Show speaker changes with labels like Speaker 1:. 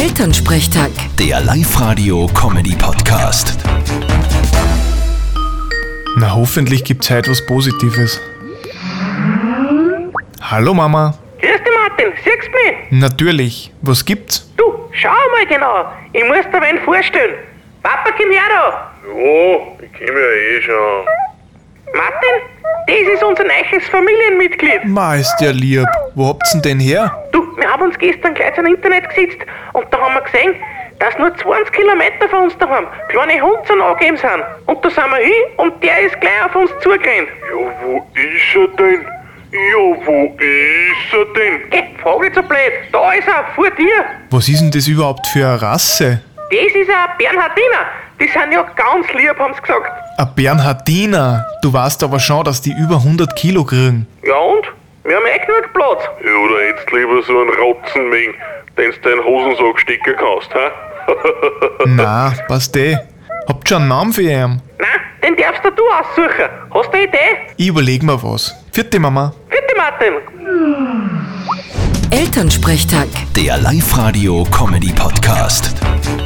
Speaker 1: Elternsprechtag.
Speaker 2: Der Live-Radio-Comedy-Podcast.
Speaker 3: Na, hoffentlich gibt's heute was Positives. Hallo Mama.
Speaker 4: Grüß dich, Martin. Siehst du mich?
Speaker 3: Natürlich. Was gibt's?
Speaker 4: Du, schau mal genau. Ich muss dir wen vorstellen. Papa, komm her da.
Speaker 5: Ja, ich kenne ja eh schon.
Speaker 4: Martin, das ist unser neues Familienmitglied.
Speaker 3: Ma, ist der lieb. Wo habt's denn den her?
Speaker 4: Du, wir haben uns gestern gleich ins Internet gesetzt und da haben wir gesehen, dass nur 20 Kilometer von uns daheim kleine Hunde angegeben sind. Und da sind wir hin und der ist gleich auf uns zugerannt.
Speaker 5: Ja, wo ist er denn? Ja, wo ist er denn?
Speaker 4: Hm, Geh, frag jetzt so blöd. Da ist er, vor dir.
Speaker 3: Was ist denn das überhaupt für eine Rasse?
Speaker 4: Das ist ein Bernhardiner. Die sind ja ganz lieb, haben sie gesagt.
Speaker 3: Ein Bernhardiner. Du weißt aber schon, dass die über 100 Kilo kriegen.
Speaker 4: Ja und? Wir haben eh genug Platz.
Speaker 5: Ja, oder hättest lieber so einen Rotzenming, den du deinen Hosensack stecken kannst, hä?
Speaker 3: Na, passt eh. Habt schon einen Namen für ihn?
Speaker 4: Nein, den darfst du du aussuchen. Hast du eine Idee?
Speaker 3: Ich überleg mir was. Vierte Mama.
Speaker 4: Bitte, Martin.
Speaker 1: Elternsprechtag.
Speaker 2: Der Live-Radio-Comedy-Podcast.